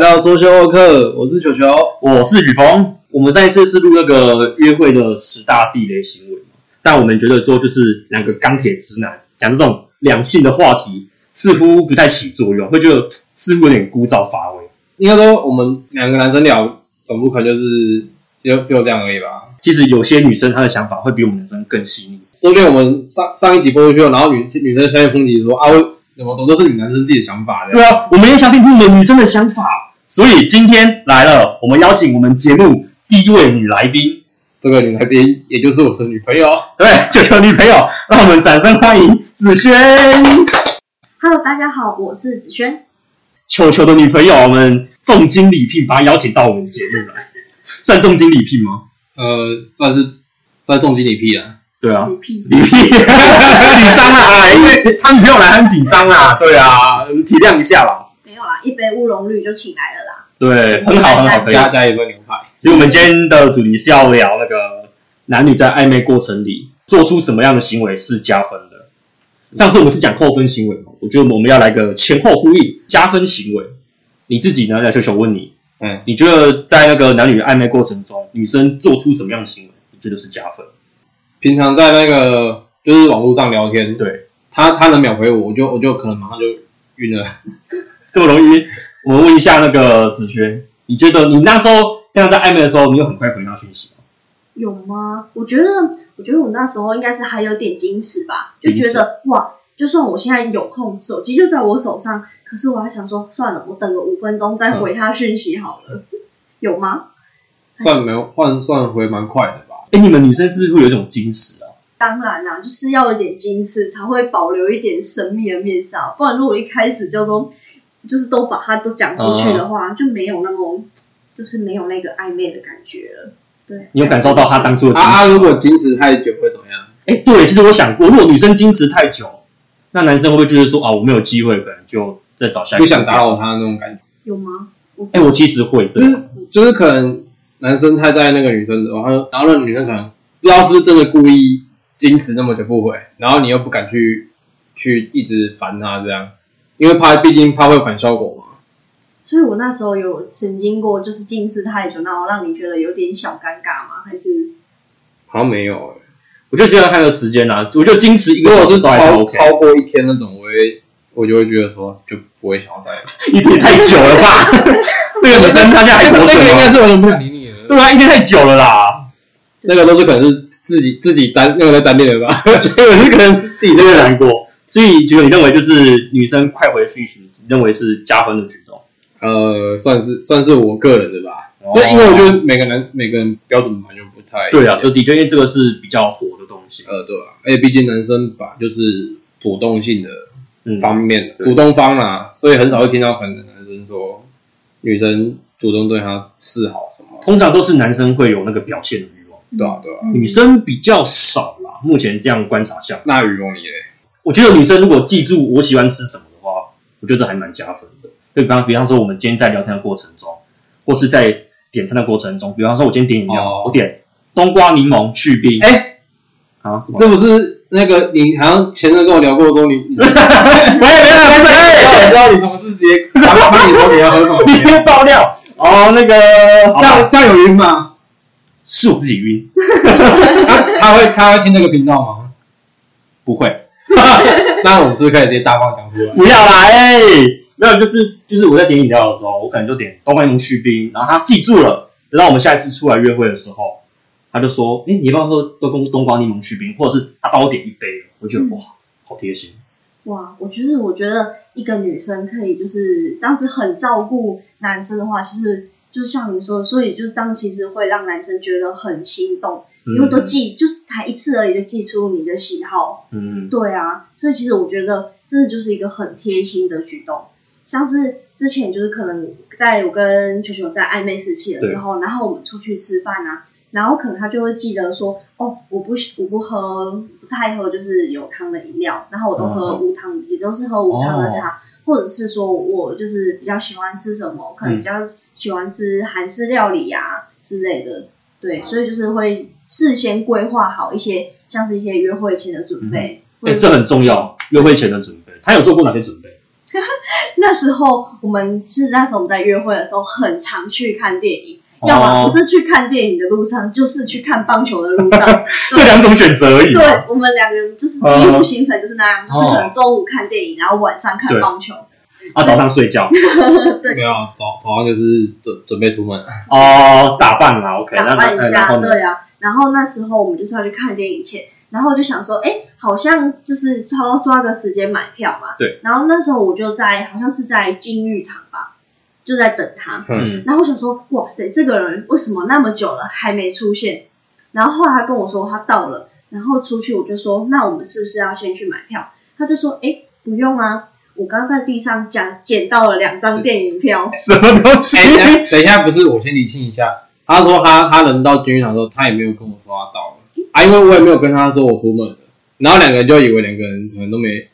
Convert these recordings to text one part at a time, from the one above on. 到说修后课，我是球球。我是雨峰。我们上一次是录那个约会的十大地雷行为，但我们觉得说就是两个钢铁直男讲这种两性的话题，似乎不太起作用，会觉得似乎有点枯燥乏味。应该说我们两个男生聊，总不可能就是只有只有这样而已吧？其实有些女生她的想法会比我们男生更细腻，说不定我们上上一集播出去后，然后女女生下面抨击说啊，为怎么都都是你男生自己的想法对的。啊，我们也想听听你们女生的想法，所以今天来了，我们邀请我们节目第一位女来宾，这个女来宾也就是我是女朋友，呃对， 就是我女朋友，让我们掌声欢迎子轩。 Hello，大家好，我是子轩。球球的女朋友，我们重金礼聘把她邀请到我们节目来，算重金礼聘吗？呃，算是算重金礼聘了。对啊，你屁！礼聘 紧张啦，因为他女朋友来很紧张啦，对啊，体谅一下啦。没有啦，一杯乌龙绿就起来了啦。对，很好很好，可以。加加一份牛排，所以我们今天的主题是要聊那个男女在暧昧过程里做出什么样的行为是加分的。上次我们是讲扣分行为嘛，我觉得我们要来个前后呼应加分行为。你自己呢，来球球问你，嗯，你觉得在那个男女暧昧过程中，女生做出什么样的行为，你觉得是加分？平常在那个就是网络上聊天，对，他他能秒回我，我就我就可能马上就晕了。哎这么容易？我们问一下那个子轩，你觉得你那时候那样在暧昧的时候，你有很快回他讯息吗？有吗？我觉得，我觉得我那时候应该是还有点矜持吧，就觉得哇，就算我现在有空，手机就在我手上，可是我还想说，算了，我等个五分钟再回他讯息好了。有吗？算没有换算回蛮快的吧？哎，你们女生是不是会有一种矜持啊？当然啦、就是要有点矜持，才会保留一点神秘的面纱，不然如果一开始就都就是都把它都讲出去的话，就没有那么就是没有那个暧昧的感觉了。对，你有感受到她当初的矜啊持啊！吗？如果矜持太久会怎么样？哎、对，其实我想过，如果女生矜持太久，那男生会不会觉得说啊，我没有机会，可能就再找下一个？不想打。扰他嗯那种感觉，有吗？我哎、我其实会这就样，是就是可能男生太在意那个女生的，然后然后那个女生可能不知道是不是真的故意矜持那么久不回，然后你又不敢去去一直烦她这样，因为怕毕竟怕会反效果嘛。所以我那时候有曾经过就是近视太久，然后让你觉得有点小尴尬吗？还是好像没有、欸，我就觉得看个时间啦、啊我就矜持一如个果小是时都还是超 OK，超过一天那种，我会我就会觉得说就不会想要再。一天太久了 吧？那个女生她现在还活那个应该着吗？是我不想理你了。对啊，一天太久了啦。那个都是可能是自己自己单那个在单恋 的吧，那可能自己你那这个个人难过，所以觉得你认为就是女生快回讯息，你认为是加分的举动？呃，算是算是我个人的吧。这、因为我觉得每个人每个人标准本来就不太哦对啊啊，，这的确，因为这个是比较火的东西。呃对啊，而且毕竟男生吧就是主动性的嗯，方面，对主动方啦、所以很少会听到可能男生说女生主动对他示好什么，通常都是男生会有那个表现的欲望，对啊对啊。女生比较少啦。目前这样观察下来。那羽绒你嘞？我觉得女生如果记住我喜欢吃什么的话，我觉得这还蛮加分的。就比方比方说，我们今天在聊天的过程中，或是在点餐的过程中，比方说我今天点饮料，哦我点冬瓜柠檬去冰，哎、啊，怎么是不是那个你好像前任跟我聊过说你， 你喂喂喂喂，我知道你同事直接打你说你要喝什么你先爆料哦，那个这样这样有晕吗？是我自己晕，他他会他会听这个频道吗？不 会。那我们是不是可以直接大方讲出来？不要啦，哎、没有，就是就是我在点饮料的时候，我可能就点冬瓜柠檬去冰，然后他记住了，等到我们下一次出来约会的时候，他就说，哎、你要不要喝冬冬冬瓜柠檬去冰，或者是他帮我点一杯，我觉得、嗯哇，好贴心，哇，我其实我觉得一个女生可以就是这样子很照顾男生的话，其实就像你说的，所以就是这样，其实会让男生觉得很心动，嗯因为都记就是才一次而已，就记出你的喜好，嗯，嗯对啊，所以其实我觉得这就是一个很贴心的举动，像是之前就是可能在我跟球球在暧昧时期的时候，然后我们出去吃饭啊，然后可能他就会记得说，哦，我不喜我不喝不太喝就是有汤的饮料，然后我都喝嗯哦无糖，也都是喝无糖的茶，或者是说我就是比较喜欢吃什么，可嗯能比较喜欢吃韩式料理呀、之类的，对，所以就是会事先规划好一些像是一些约会前的准备。嗯哎、这很重要，约会前的准备，他有做过哪些准备？那时候我们是那时候我们在约会的时候，很常去看电影，哦要么不是去看电影的路上，就是去看棒球的 路上。这两种选择而已嘛。对我们两个人就是几乎行程就是那样，就是可能中午看电影，然后晚上看哦对棒球。啊，早上睡觉没有啊早早上就是准准备出 门，哦，打扮啦，OK，那打扮一哎然下，后呢？对啊。然后那时候我们就是要去看电影前，然后我就想说，哎，好像就是差不多抓个时间买票嘛。对。然后那时候我就在，好像是在金玉堂吧，就在等他。 嗯，然后我想说，哇塞，这个人为什么那么久了还没出现？然后后来他跟我说他到了，然后出去我就说，那我们是不是要先去买票？他就说，哎，不用啊，我刚在地上捡捡到了两张电影票。什么东西？哎、等一下等一下，不是我先理清一下。他说他他人到军训场的时候，他也没有跟我说他到了啊，因为我也没有跟他说我出门了。然后两个人就以为两个人可能都没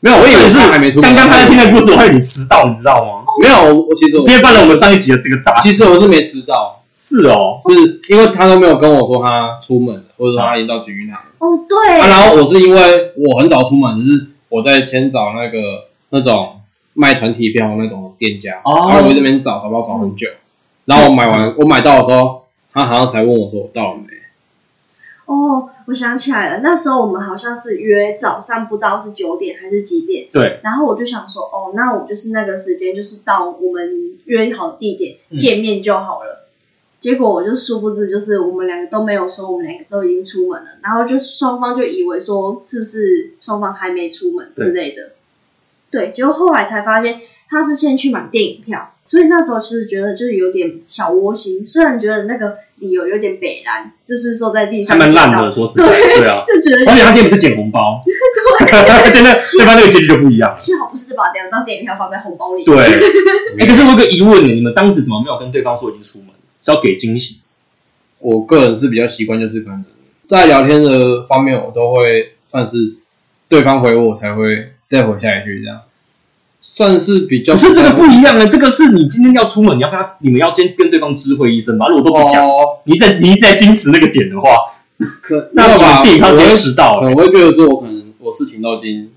没有，我以为哎是我还没出门刚刚他在听的故事，我还以为你迟到，你知道吗？哦没有，我我其实我直接犯了我们上一集的这个大其实我是没迟到，是哦，是因为他都没有跟我说他出门了，或者说他已经到军训场了。哦，对，啊，然后我是因为我很早出门，就是我在先找那个那种卖团体票那种店家，哦嗯然后我在那边找，找到找很久，然后我买完我买到的时候，他好像才问我说我到了没。哦，我想起来了，那时候我们好像是约早上，不知道是九点还是几点。对。然后我就想说，哦，那我就是那个时间，就是到我们约好的地点嗯见面就好了。结果我就殊不知，就是我们两个都没有说，我们两个都已经出门了，然后就双方就以为说是不是双方还没出门之类的。对，结果后来才发现他是先去买电影票，所以那时候其实觉得就是有点小窝心，虽然觉得那个理由有点北然，就是说在地还上蛮烂捡到的，说实在，对啊。就觉得而且他今天不是捡红 包， 真的，对方那个结局就不一样了。幸好不是把两张电影票放在红包里。 对，哎，可是我有个疑问，你们当时怎么没有跟对方说已经出门？是要给惊喜？我个人是比较习惯，就是可能在聊天的方面，我都会算是对方回我才会再回下一句，这样算是比较。可是这个不一样啊，这个是你今天要出门，你要跟他，你们要先跟对方知会一声吧。如果都不讲，哦，你一直在你一直在矜持那个点的话，可那没有你吧们电影票我直会接迟到可了。能会觉得说，我可能我事情都已经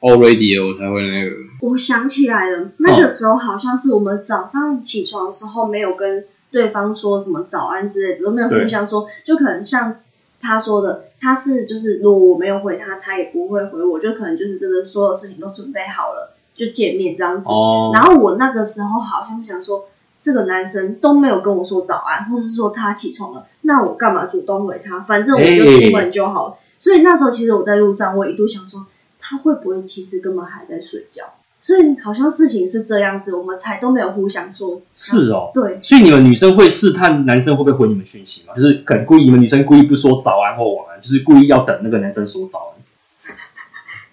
already 了，我才会那个。我想起来了，那个时候好像是我们早上起床的时候没有跟对方说什么早安之类的，都没有对互相说，就可能像他说的，他是就是如果我没有回他，他也不会回我，就可能就是真的所有事情都准备好了就见面这样子。哦，然后我那个时候好像想说，这个男生都没有跟我说早安，或是说他起床了，那我干嘛主动回他？反正我哎就出门就好了。所以那时候其实我在路上，我一度想说，他会不会其实根本还在睡觉？所以好像事情是这样子，我们才都没有互相说。是哦。对，所以你们女生会试探男生会不会回你们讯息吗？就是可能故意你们女生故意不说早安或晚安，就是故意要等那个男生说早安。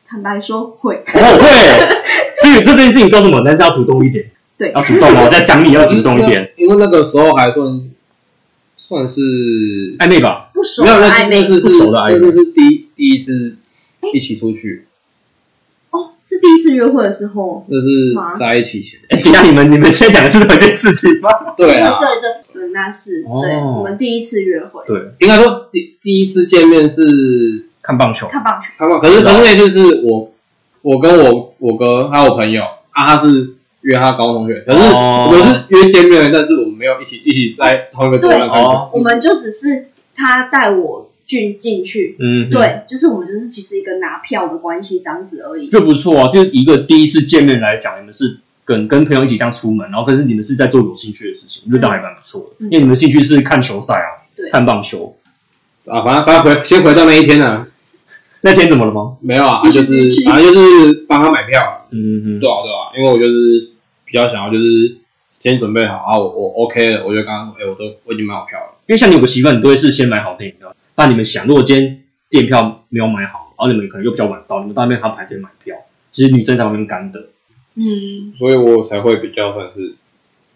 坦白说会，哦，会， 所以这件事情做什么？男生要主动一点，对要主动哦，在想你 要主动一点，因为那个时候还算算是暧昧哎吧。不熟没的有，那暧是昧那是不熟的暧昧那是是第一第一次一起出去，哦，是第一次约会的时候。那是在一起前。哎，等一下你们你们现在讲的是同一件事情吗？对啊，对对对，那是对哦我们第一次约会，对，应该说第第一次见面是看棒球，看棒球。他们，可啊是可是那就是我，我跟我我哥还有我朋友啊，他是约他高中同学，可是哦我们是约见面的，但是我们没有一起一起在同一个桌上看球哦我们就只是他带我进进去，嗯，，对，就是我们就是其实一个拿票的关系这样子而已。就不错啊。就是一个第一次见面来讲，你们是跟跟朋友一起这样出门，然后可是你们是在做有兴趣的事情，我觉得这样还蛮不错的，嗯因为你们兴趣是看球赛啊对，看棒球。啊，反正反正回先回到那一天啊，那天怎么了吗？没有 啊，啊就是一起反正就是帮他买票啊，嗯嗯对啊对啊，因为我就是比较想要就是先准备好啊，我我 OK 了，我就刚刚哎我都我已经买好票了，因为像你有个习惯，你都会是先买好电影票。那你们想，如果今天电影票没有买好，然后你们可能又比较晚到，你们到那边还要排队买票，其实女生在旁边干等。嗯，所以我才会比较算是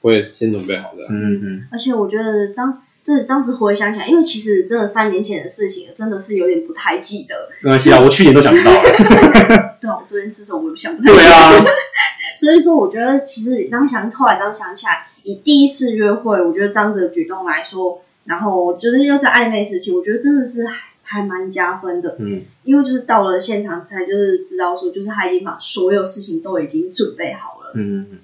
会先准备好的。嗯嗯，而且我觉得当对这样子回想起来，因为其实真的三年前的事情，真的是有点不太记得。没关系啊，我去年都想不到了。对啊，我昨天吃什么我也想不太 起对来。啊，所以说，我觉得其实当想后来这样想起来，以第一次约会，我觉得这样子的举动来说，然后就是又在暧昧时期，我觉得真的是还蛮加分的，嗯，因为就是到了现场才就是知道说，就是他已经把所有事情都已经准备好了。嗯嗯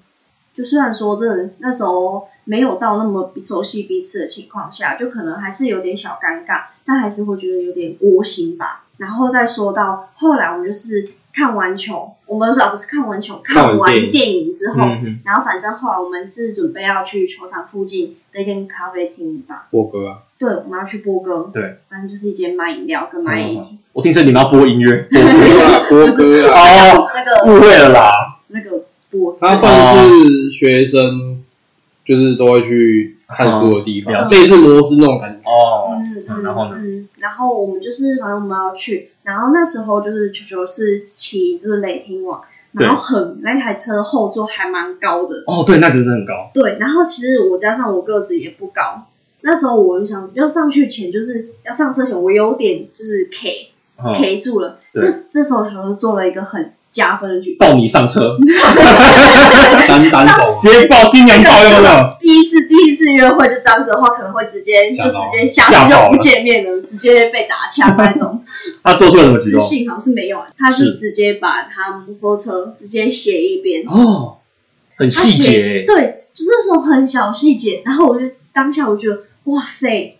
就虽然说真的那时候没有到那么熟悉彼此的情况下，就可能还是有点小尴尬，但还是会觉得有点窝心吧。然后再说到后来，我们就是看完球，我们啊不是看完球，看完电看完影电影之后，嗯嗯，然后反正后来我们是准备要去球场附近的一间咖啡厅吧，我哥 啊，对，我们要去波哥，对，反正就是一间卖饮料跟嗯卖饮品，我听成你们要播音乐，我哥啊，郭哥啊，哦，那个误会了啦，那个波他算哦是学生，就是都会去看书的地哦方，了类似摩斯那种感觉。哦，嗯嗯然后呢嗯，然后我们就是反正我们要去，然后那时候就是球球是骑就是雷霆网，对然后很那台车后座还蛮高的，哦，对，那个真的很高，对，然后其实我加上我个子也不高，那时候我就想要上去前就是要上车前我有点就是 K 嗯， K 住了，对这这时候球球做了一个很加分的举动，抱你上车，单单手，直接抱新娘抱用了，第一次第一次约会就这样子的话，可能会直接就吓到直接下次吓就跑不了见面了，直接被打枪那种。他做出了什么举动？幸好是没有啊，他是直接把他摩托车直接写一边，哦，很他细写节，对，就这种很小细节。然后我就当下我就觉得哇塞，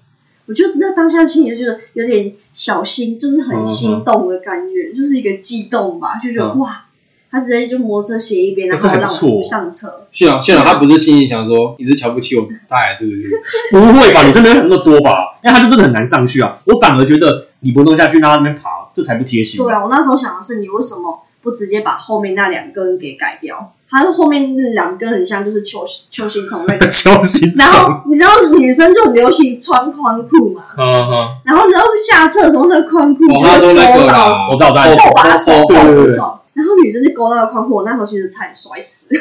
我就那当下心里就觉得有点小心，就是很心动的感哦觉，就是一个悸动吧，就觉得、嗯哇，他直接就摩托车写一边，哎然这后还让不错我上车。现场现场他不是心里想说你是瞧不起我大海是不是？不会吧？女生没有想那么多吧？因为他就真的很难上去啊，我反而觉得你不弄下去，让他那边爬，这才不贴心。。对啊，我那时候想的是，你为什么不直接把后面那两根给改掉？他后面那两根很像就是球球形虫那个 超心 然后你知道女生就很流行穿宽裤嘛， 嗯嗯，然后你知道下厕的时候那个宽裤就我他说会那勾个到啦，啊我知道我知道哦手把手对对抱对不手，然后女生就勾到了宽裤，我那时候其实差点摔死。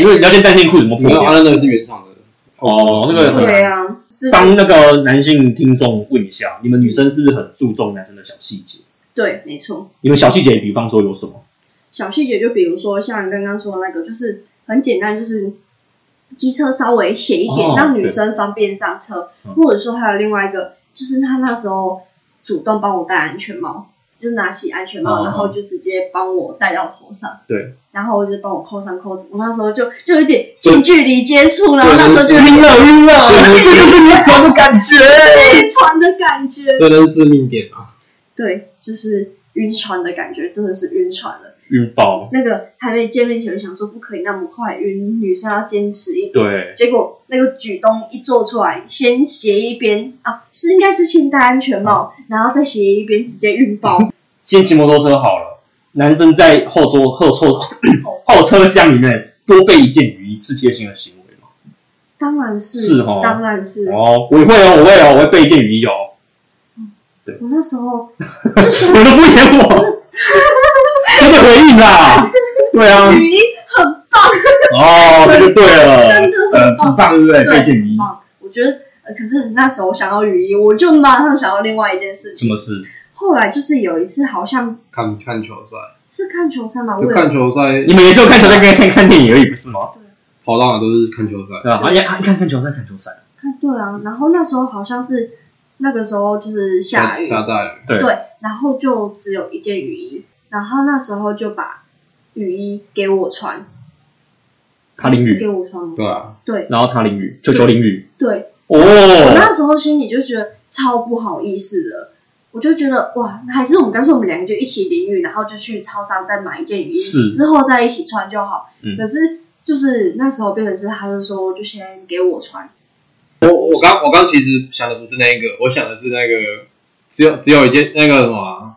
因为你要先带内裤怎么破没有，他掉？那个是原厂的，啊哦，那个很对难。啊，这帮那个男性听众问一下，你们女生是不是很注重男生的小细节？对，没错。你们小细节，比方说有什么？小细节就比如说像刚刚说的那个，就是很简单，就是机车稍微斜一点，哦让女生方便上车，嗯或者说还有另外一个，就是他那时候主动帮我戴安全帽，就拿起安全帽，哦然后就直接帮我戴到头上。对。然后就帮我扣上扣子，我那时候就就有一点近距离接触，然后啊那时候就有晕点了晕了， 这就是你床的感 觉。被船的感觉，所以那是致命点啊。对，就是晕船的感觉，真的是晕船了。晕爆，那个还没见面前就想说不可以那么快晕，女生要坚持一点。对，结果那个举动一做出来，先斜一边啊，是应该是先戴安全帽，然后再斜一边直接晕包。先骑摩托车好了。男生在后座 后车后车厢里面多备一件雨衣是贴心的行为吗？当然是，是哦当然是。哦，我会哦，我会哦，我会备一件雨衣哦。 我那时候你们敷衍我， 真的回应啦。对 啊，雨衣很哦，这就对了，真的很呃棒很棒，对不对？对备件雨衣，棒，我觉得。呃可是那时候想要雨衣，我就马上想要另外一件事什情。么事？后来就是有一次，好像看看球赛，是看球赛嘛，我就有看球赛，你们也只有看球赛跟看看电影而已，不是吗？跑到哪都是看球赛。对啊，哎呀，啊看看球赛，看球赛，看对啊，然后那时候好像是那个时候就是下雨，下大雨，对对，然后就只有一件雨衣，然后那时候就把雨衣给我穿，他淋是雨，给我穿吗？对啊，对然后他淋雨，球球淋雨，对，我哦，那时候心里就觉得超不好意思的，我就觉得哇，还是我们干脆我们两个就一起淋雨，然后就去超商再买一件雨衣，是之后再一起穿就好。嗯可是就是那时候变成是，他就说就先给我穿，我我刚我刚其实想的不是那一个，我想的是那个只有只有一件那个什么啊，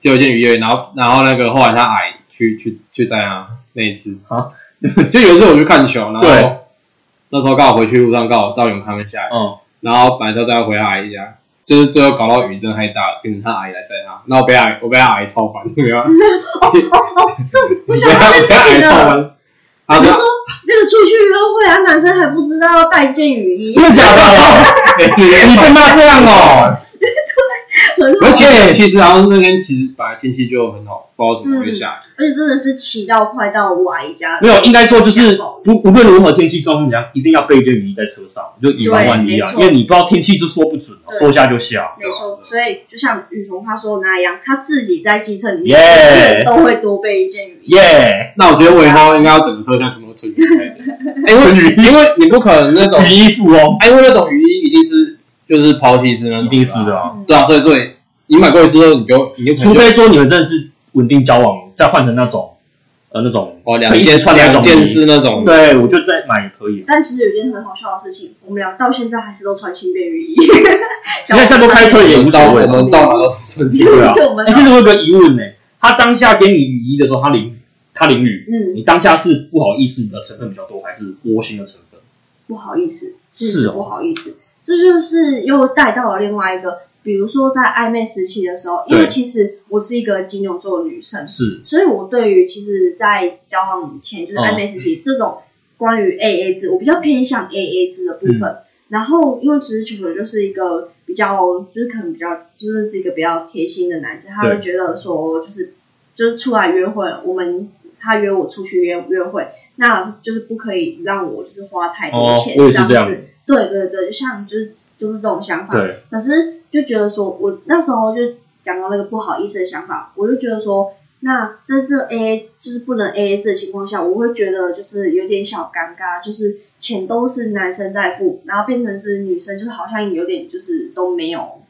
只有一件雨衣，然后然后那个后来他矮去去去摘啊那一次啊，就有一次我去看球，然对后那时候刚好回去路上刚好到永康那下雨，嗯，然后本来说再回阿姨家，就是最后搞到雨真的太大了，变成他阿姨来载他，那我被阿姨我被他阿姨超烦，没 有啊，我我想到这件事情了。了，他你说说那个出去约会啊，男生还不知道要带件雨衣，真的假的？你被骂这样哦？ 很好而，且其实好像那天其实本来天气就很好，不知道怎么会下雨。而且真的是骑到快到我阿姨家，没有，应该说就是不无论如何天气状况怎样，一定要备一件雨衣在车上，就以防万一啊对没，因错为你不知道天气就说不准啊，对说下就下。没错，所以就像雨桐他说的那样，他自己在机车里面 Yeah 都会多备一件雨衣。耶，那我觉得我以后应该要整个车厢全部都穿雨衣 才对，因为哎因为你不可能那种，雨衣富翁，哎，因为那种雨衣一定是就是抛弃式那种，一定是的啊，嗯对啊，所以所以你买过一次之后，你就你就除非说你们真的是稳定交往，再换成那种呃那种哦两可以一件直穿两两种件衣是那种，对啊我就再买也可以。但其实有一件很好笑的事情，我们俩到现在还是都穿轻便雨衣。 现在现在都开车也无所谓我，们到哪都是春天。对啊。对，我们哎，这是我有个疑问呢，他当下给你雨衣的时候，他淋他淋雨，嗯你当下是不好意思的成分比较多，还是窝心的成分？不好意思，嗯是哦不好意思，这就是又带到了另外一个，比如说在暧昧时期的时候，因为对其实我是一个金牛座的女生，是所以我对于其实，在交往前就是嗯暧昧时期、这种关于 A A 制，我比较偏向 A A 制的部分。嗯然后，因为其实球球就是一个比较，就是可能比较，就是是一个比较贴心的男生，他会对觉得说，就是就是出来约会，我们他约我出去约约会，那就是不可以让我就是花太多哦钱，我也是这这样子。对对对，就像就是就是这种想法。对，可是就觉得说，我那时候就讲到那个不好意思的想法，我就觉得说，那在这 A 就是不能 A A 制的情况下，我会觉得就是有点小尴尬，就是钱都是男生在付，然后变成是女生，就是好像有点就是都没有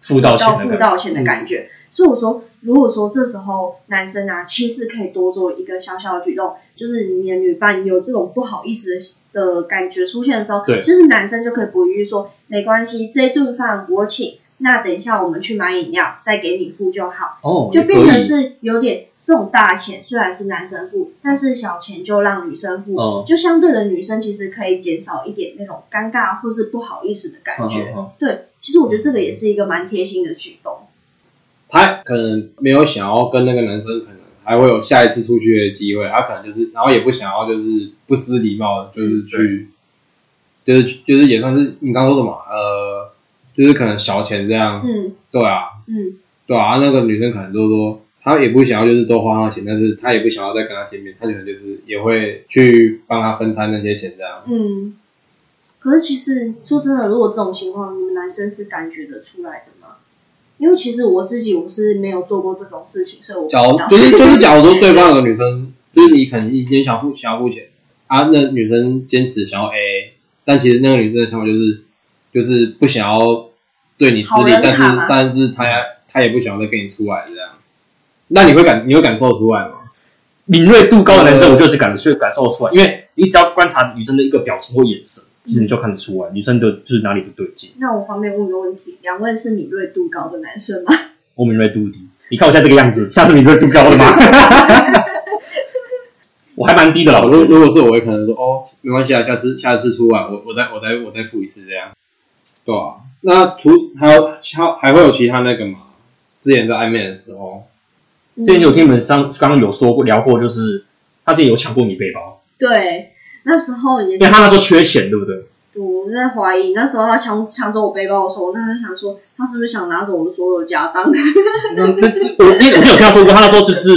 付到钱的嗯到付感觉。到钱的感觉。所以我说，如果说这时候男生啊，其实可以多做一个小小的举动，就是你的女伴有这种不好意思的的感觉出现的时候，对其实男生就可以补一句说，没关系，这顿饭我请，那等一下我们去买饮料再给你付就好，哦，就也可变成以是有点这种大钱虽然是男生付，但是小钱就让女生付，嗯就相对的女生其实可以减少一点那种尴尬或是不好意思的感嗯觉。嗯嗯对，其实我觉得这个也是一个蛮贴心的举动。他可能没有想要跟那个男生，可能还会有下一次出去的机会。他可能就是，然后也不想要就是不失礼貌的，就是去，就是就是也算是你刚说什么呃，就是可能小钱这样，嗯对啊，嗯，对啊。那个女生可能就是说，她也不想要就是多花她的钱，但是她也不想要再跟他见面，她可能就是也会去帮他分摊那些钱这样。嗯。可是其实说真的，如果这种情况，你们男生是感觉得出来的吗？因为其实我自己我是没有做过这种事情，所以我不知假道如。就是就是假如说对方有个女生，就是你可能你今天想付想要付钱啊，那女生坚持想要 AA，但其实那个女生的想法就是就是不想要对你失好礼人，但是卡吗但是她她也不想再跟你出来这样。那你会感你会感受出来吗？敏锐度高的男生，我就是感觉感受得出来，因为你只要观察女生的一个表情或眼神，其实你就看得出来女生的就是哪里不对劲，那我方便问个问题，两位是敏锐度高的男生 吗？我敏锐度低。你看我现在这个样子，像是敏锐度高的吗？ 我还蛮低的啦，我如都如果是我，会可能说哦，没关系啊，下次下次出来，我我再我再我再付一次这样，对啊。那除还有还还会有其他那个吗？之前在暧昧的时候，嗯之前有听你们上刚刚有说过聊过，就是他之前有抢过你背包，对，那时候也因为是他那时候缺钱，对不对？ 我在怀疑，那时候他抢抢走我背包的时候，我那时候想说他是不是想拿走我的所有家当？ 那那我因为我之前有听他说过，他那时候就是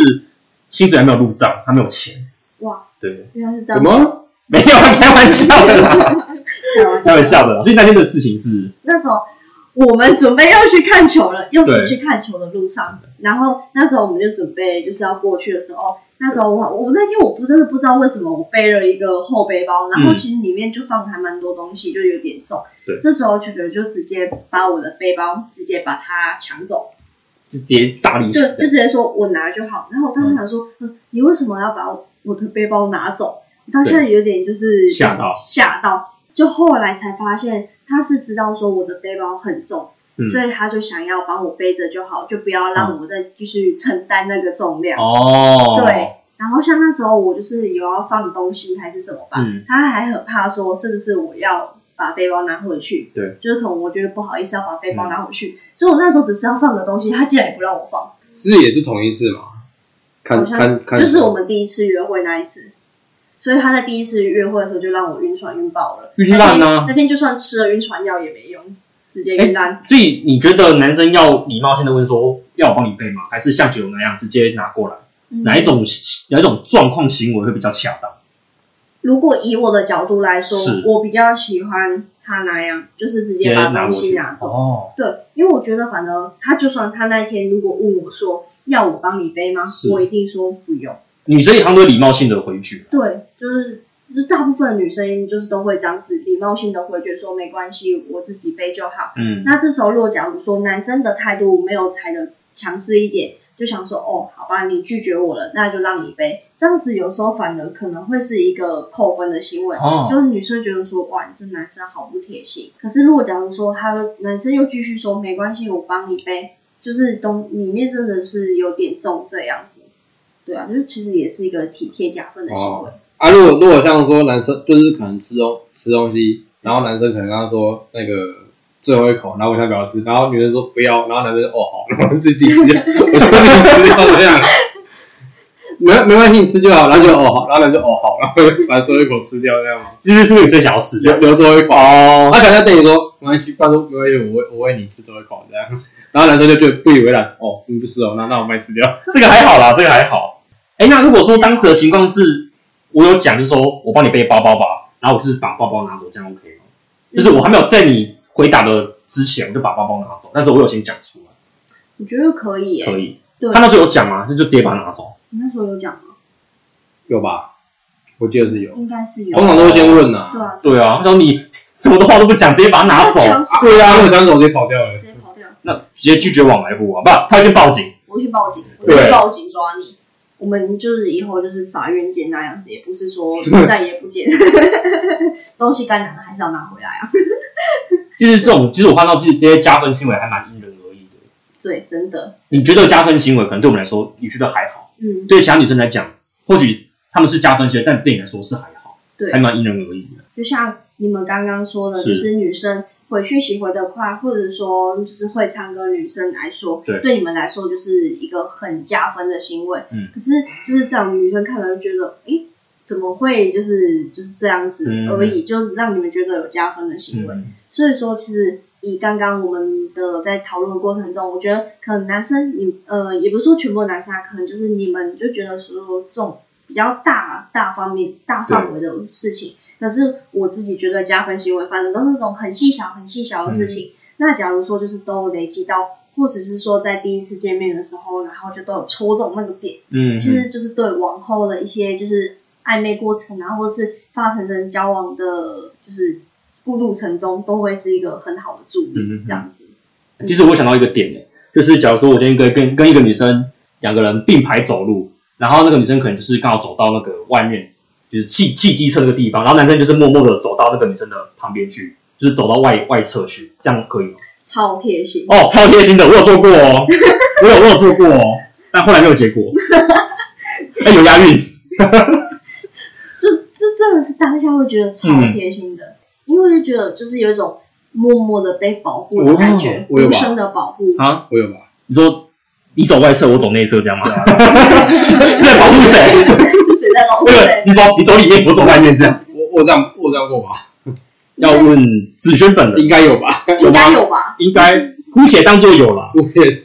薪水还没有入账，他没有钱，哇，对，原来是这什样，么？没有开玩笑的啦，开 玩开玩笑。笑的啦。所以那天的事情是那时候我们准备要去看球了，又是去看球的路上。然后那时候我们就准备就是要过去的时候，那时候我我那天我不真的不知道为什么我背了一个后背包，然后其实里面就放还蛮多东西，就有点重。对这时候球球就直接把我的背包直接把它抢走，直接大力就抢就直接说我拿就好。然后我当时想说，嗯，你为什么要把我我的背包拿走？我当下有点就是吓到吓到，就后来才发现他是知道说我的背包很重，嗯所以他就想要帮我背着就好，就不要让我再继续承担那个重量。哦，对，然后像那时候我就是有要放东西还是什么吧，嗯他还很怕说是不是我要把背包拿回去，对，嗯就是可能我觉得不好意思要把背包拿回去，所以我那时候只是要放个东西，他竟然也不让我放，是也是同一次嘛？看好看像看，就是我们第一次约会那一次。所以他在第一次约会的时候就让我晕船晕爆了，晕烂啊那天那天就算吃了晕船药也没用，直接晕烂。所以你觉得男生要礼貌性的问说要我帮你背吗？还是像酒那样直接拿过来？嗯哪一种哪一种状况行为会比较恰当？如果以我的角度来说是，我比较喜欢他那样，就是直直接接把东过西去拿走。哦，对，因为我觉得反而他就算他那天如果问我说要我帮你背吗是，我一定说不用。女生也常都会礼貌性的回绝。对，就是就是大部分女生就是都会这样子礼貌性的回绝说没关系，我自己背就好。嗯，那这时候如果假如说男生的态度没有踩的强势一点，就想说哦，好吧，你拒绝我了，那就让你背。这样子有时候反而可能会是一个扣分的行为，哦就是女生觉得说哇，你这男生好不贴心。可是如果假如说他男生又继续说没关系，我帮你背，就是东里面真的是有点重这样子，对啊，就是其实也是一个体贴加分的行哦为。嗯啊，如果如果像说男生就是可能吃东吃东西，然后男生可能跟他说那个最后一口，然后我想表示，然后女生说不要，然后男生就哦好，然后自己吃， 我说你吃要怎么样？啊没没关系，你吃就好，然后就哦好，然后男生就哦好，然后把最后一口吃掉，这样吗？其实是女生想要吃留留最后一口哦，他可能在对你说没关系，他说没关系，我喂我喂你吃最后一口这样，然后男生就觉得不以为然，哦你不吃哦，那那我卖吃掉，这个还好啦，这个还好。哎，那如果说当时的情况是，我有讲，就是说我帮你背包包吧，然后我就是把包包拿走，这样 OK 吗？就是我还没有在你回答的之前，我就把包包拿走，但是我有先讲出来，我觉得可以、耶。可以。对他那时候有讲吗？还是就直接把它拿走？你那时候有讲吗？有吧？我记得是有，应该是有，哦通常都会先问呐、对啊，对啊，他说你 什么的话都不讲，直接把它拿走，抢走对啊，我想走直接跑掉了直。接跑掉。那直接拒绝往来户啊，不，他会先报警。我去报警，我对去报警抓你。我们就是以后就是法院见那样子，也不是说再也不见， 东西该拿的还是要拿回来啊。就是这种，其实我看到这这些加分行为还蛮因人而异的。对，真的，你觉得加分行为可能对我们来说，你觉得还好。嗯，对其他女生来讲，或许他们是加分学，但对你来说是还好，对还蛮因人而异的。就像你们刚刚说的，是就是女生回讯息回得快，或者说就是会唱歌的女生来说，对对你们来说就是一个很加分的行为。嗯可是就是在我们女生看来就觉得，诶，怎么会就是就是这样子嗯而已，就让你们觉得有加分的行为。嗯，所以说，其实以刚刚我们的在讨论的过程中，我觉得可能男生你呃，也不是说全部的男生啊，可能就是你们就觉得说这种比较大大方面、大范围的事情，可是我自己觉得加分行为，反正都是那种很细小、很细小的事情。那假如说就是都累积到，或者是说在第一次见面的时候，然后就都有戳中那个点，嗯其实就是对往后的一些就是暧昧过程啊，或者是发成人交往的，就是路程中都会是一个很好的助嗯嗯力嗯，这样子。其实我想到一个点呢，就是假如说我今天跟跟跟一个女生两个人并排走路，然后那个女生可能就是刚好走到那个外面，就是汽汽机车那个地方，然后男生就是默默的走到那个女生的旁边去，就是走到外外侧去，这样可以吗？超贴心，哦，超贴心的，我有做过哦，我有我有做过哦，但后来没有结果。哎、有押韵，就这真的是当下会觉得超贴心的，因为就觉得就是有一种默默的被保护的感嗯觉，哦我有无吧声的保护。啊我有吧？你说你走外侧，我走内侧，这样吗？ 在保护谁？谁在保护那个谁？你走你走里面，我走外面，这样我我这样我这样过吧？要问子轩本人应该有吧？ 应该有吧？应该姑且当做有啦。我也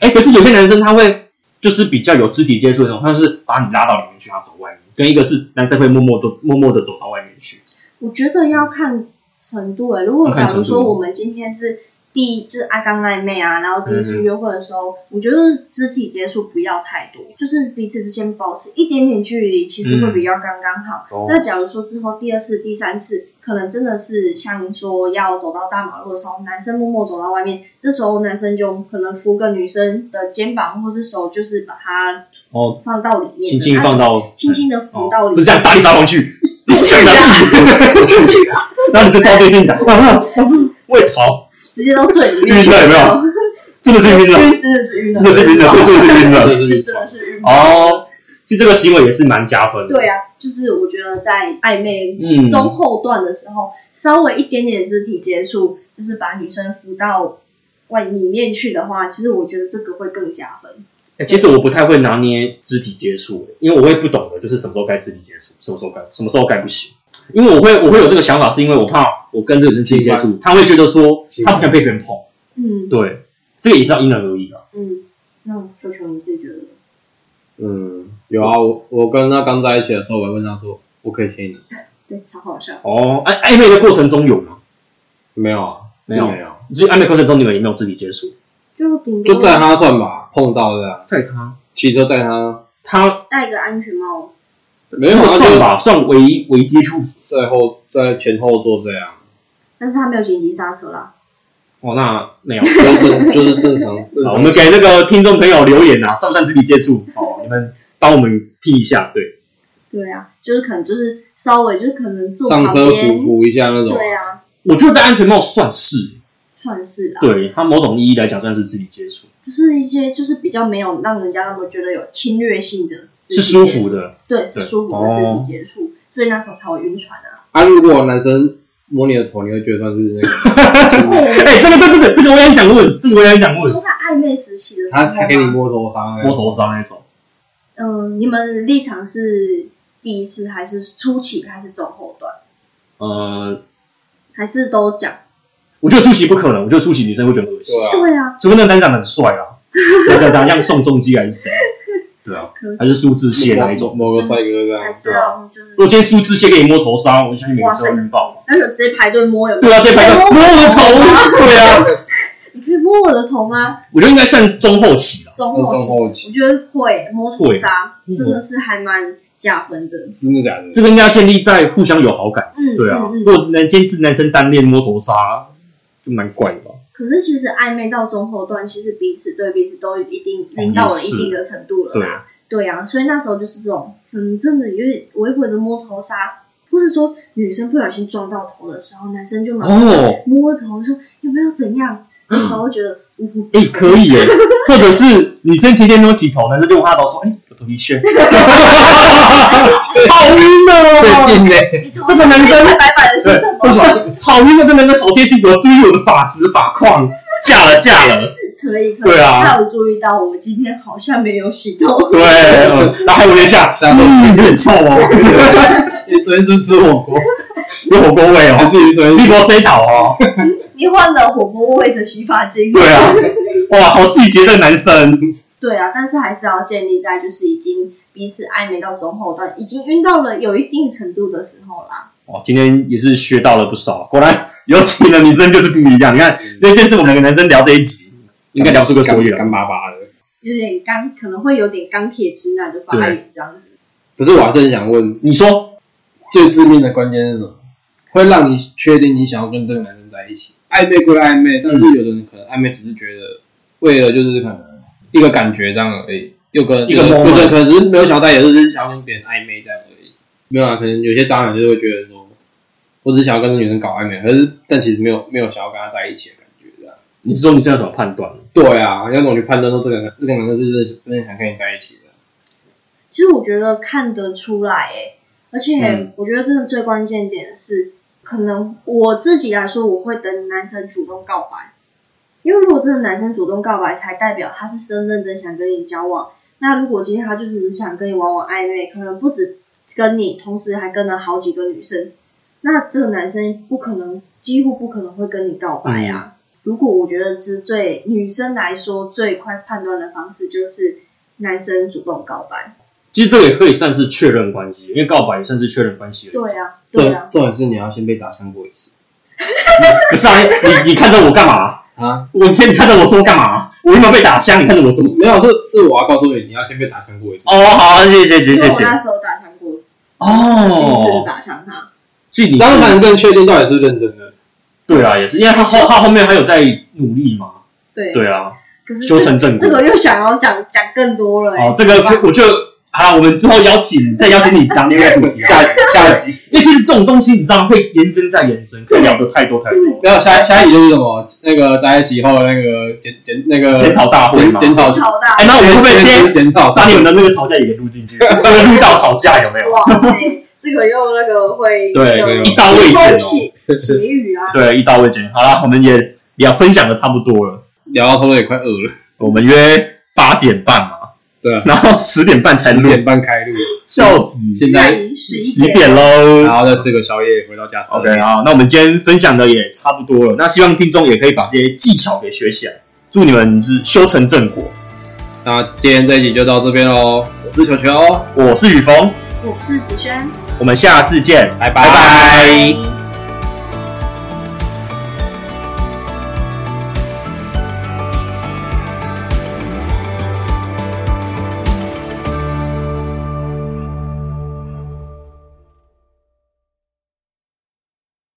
哎、可是有些男生他会就是比较有肢体接触的那种，他就是把你拉到里面去，他走外面，跟一个是男生会默默的默默的走到外面去。我觉得要看程度欸诶、如果要看假程如度说我们今天是第一就是爱刚暧昧啊，然后第一嗯次约会的时候，我觉得肢体接触不要太多，就是彼此之间保持一点点距离，其实会比较刚刚好。嗯那假如说之后第二次、第三次，可能真的是像您说要走到大马路的时候，男生默默走到外面，这时候男生就可能扶个女生的肩膀或是手，就是把她哦，放到里面，轻轻放到，到，轻轻的哦扶到里不是面这。样打你沙发去，你想的，去啊！然后你就超对性的，我也逃，直接到最里面去晕了有没有 了真的是晕了，真的是晕了，啊真的是晕了，真的是晕了。这是这绿真床的是晕了。哦，其实这个行为也是蛮加分的。对啊，就是我觉得在暧昧嗯，中后段的时候，稍微一点点肢体接触，就是把女生扶到外里面去的话，其实我觉得这个会更加分。欸其实我不太会欸拿捏肢体接触，因为我会不懂得就是什么时候该肢体接触，什么时候该什么时候该不行。因为我会我会有这个想法，是因为我怕我跟这个人亲密接触，他会觉得说侵犯他不想被别人碰。嗯对，这个也是要因人而异啊。嗯，那球球你自己觉得？嗯，有啊，我我跟他刚在一起的时候，我还问他说，我可以牵你的手？对，超好笑。哦，暧暧昧的过程中有吗？没有啊，没有是没有，就是暧昧过程中你们有没有肢体接触？就顶多就载他算吧，碰到的啊，在他骑车载他，他戴个安全帽，没没有有啊，算吧，算唯唯接触。就在后在前后座这样，但是他没有紧急刹车啦。哦，那没有。就是正就是正常 正好，常。我们给那个听众朋友留言啊，算不算肢体接触？哦，你们帮我们批一下，对，对啊，就是可能就是稍微就是可能坐旁上车边扶，扶一下那种，对啊，我觉得戴安全帽算是，算是啦，对它某种意义来讲算是肢体接触，就是一些就是比较没有让人家那么觉得有侵略性的，是舒服，的。对，是对舒服的肢体接触，所以那时候才会晕船啊。啊，如果男生摸你的头，你会觉得算是那个 哎、这个对对对，这个我也很想问，这个我也很想你问。说在暧昧时期的时候啊他他给你吗？摸头杀，摸头杀那种，嗯，你们的立场是第一次还是初期还是走后段，呃，还是都讲？我觉得出席不可能，我觉得出席女生会觉得恶心，对啊，对啊，除非那个男长得很帅啊，那个长得像宋仲基还是谁，对啊，可还是苏志燮那一某种。某个帅哥这样啊还，是要就是如，果今天苏志燮给你摸头杀，我相信每个人都会晕爆。但是直接排队摸有没有？对啊，这排个摸我的头，对啊，你可以摸我的头吗？我觉得应该算中后期了。中那后中期，后期我觉得会摸头杀会真的是还蛮加分的。真的假的？这个应该要建立在互相有好感。嗯，对啊，嗯如嗯。果男今天是男生单恋摸头杀，就蛮怪的吧。可是其实暧昧到中后段，其实彼此对彼此都一定晕到了一定的程度了对，啦。对啊，所以那时候就是这种，嗯，真的有点微微的摸头杀，或是说女生不小心撞到头的时候，男生就马上哦，摸头说有没有怎样？那时候觉得，嗯嗯哎、可以 耶，或者是女生前天都洗头，男生就摸她头说：“哎、有头皮 屑。”好晕哦！定的，你头这个男生白白白的对，是什说起么？来好晕哦，跟男生头贴心，我注意我的发质发况，嫁了嫁了，可以，可以对啊他有注意到我今天好像没有洗头。对，嗯然后还有一下，嗯，有点臭哦， 你昨天是不是吃火锅？有火锅味还哦，是你昨立天波塞倒哦，你换了火锅味的洗发 精。对啊，哇，好细节的男生，对啊，但是还是要建立在就是已经彼此暧昧到中后段，已经晕到了有一定程度的时候啦。哇，哦今天也是学到了不少，啊果然有情的女生就是不一样。你看那件事，我们两个男生聊这一集，应该聊出个所以来。干巴巴的？有点钢，可能会有点钢铁直男的发言这样子。不是，我还是很想问，你说最致命的关键是什么？会让你确定你想要跟这个男生在一起？暧昧归暧昧，但是有的人可能暧昧只是觉得为了就是可能一个感觉这样而已，有个一个有 moment 的可能只是没有想在一起，就是想要跟别人暧昧这样而已。没有啊，可能有些渣男就会觉得说，我只是想要跟这女生搞暧昧，可是但其实没有没有想要跟她在一起的感觉这样。你是说你现在怎么判断？对啊，要怎么去判断说这个这个男生是不是真的想跟你在一起的？其实我觉得看得出来、欸，而且嗯我觉得真的最关键点是，可能我自己来说，我会等男生主动告白，因为如果真的男生主动告白，才代表他是真认真想跟你交往。那如果今天他就只是想跟你玩玩暧昧，可能不止跟你，同时还跟了好几个女生，那这个男生不可能，几乎不可能会跟你告白啊。如果我觉得是最女生来说最快判断的方式，就是男生主动告白。其实这个也可以算是确认关系，因为告白也算是确认关系了。对啊，对啊，重点是你要先被打枪过一次可是啊，你你看着我干嘛？啊。我你看着我说干嘛？我有没有被打枪？你看着我说。没有，是是我要告诉你，你要先被打枪过一次。哦，好，谢谢谢因为谢我谢。那时候打枪过，第一次哦，打枪他，所以你这样才能更确定到底是不是认真的。对啊，也是，因为他后他后面还有在努力嘛。对，对啊，可是修成正这果。个又想要讲讲更多了、欸，哦，这个就我就啊，我们之后邀请再邀请你讲另外一个主题，啊下下一集，因为其实这种东西你知道会延伸再延伸，可以聊得太多太多。没有下下一集就是什么？那个在一起后那个检检那个呃检讨大会检嘛，检讨，好大哎，，那我们会不会检先检讨把你们的那个吵架也给录进去， 那个录到吵架有没有？哇塞，这个又那个会对有可以一刀未剪哦血就是血语啊，对，一刀未剪。好了，我们也聊分享的差不多了，聊到头了也快饿了。我们约八点半嘛，对啊，然后十点半才十录，点半开录，笑死！现那在已十十一点了，喽然。后再吃个宵夜，回到家吃。 OK，好，那我们今天分享的也差不多了，那希望听众也可以把这些技巧给学起来，祝你们是修成正果。那今天这一集就到这边喽，我是球球哦，我是雨峰，我是子轩，我们下次见，拜拜拜拜拜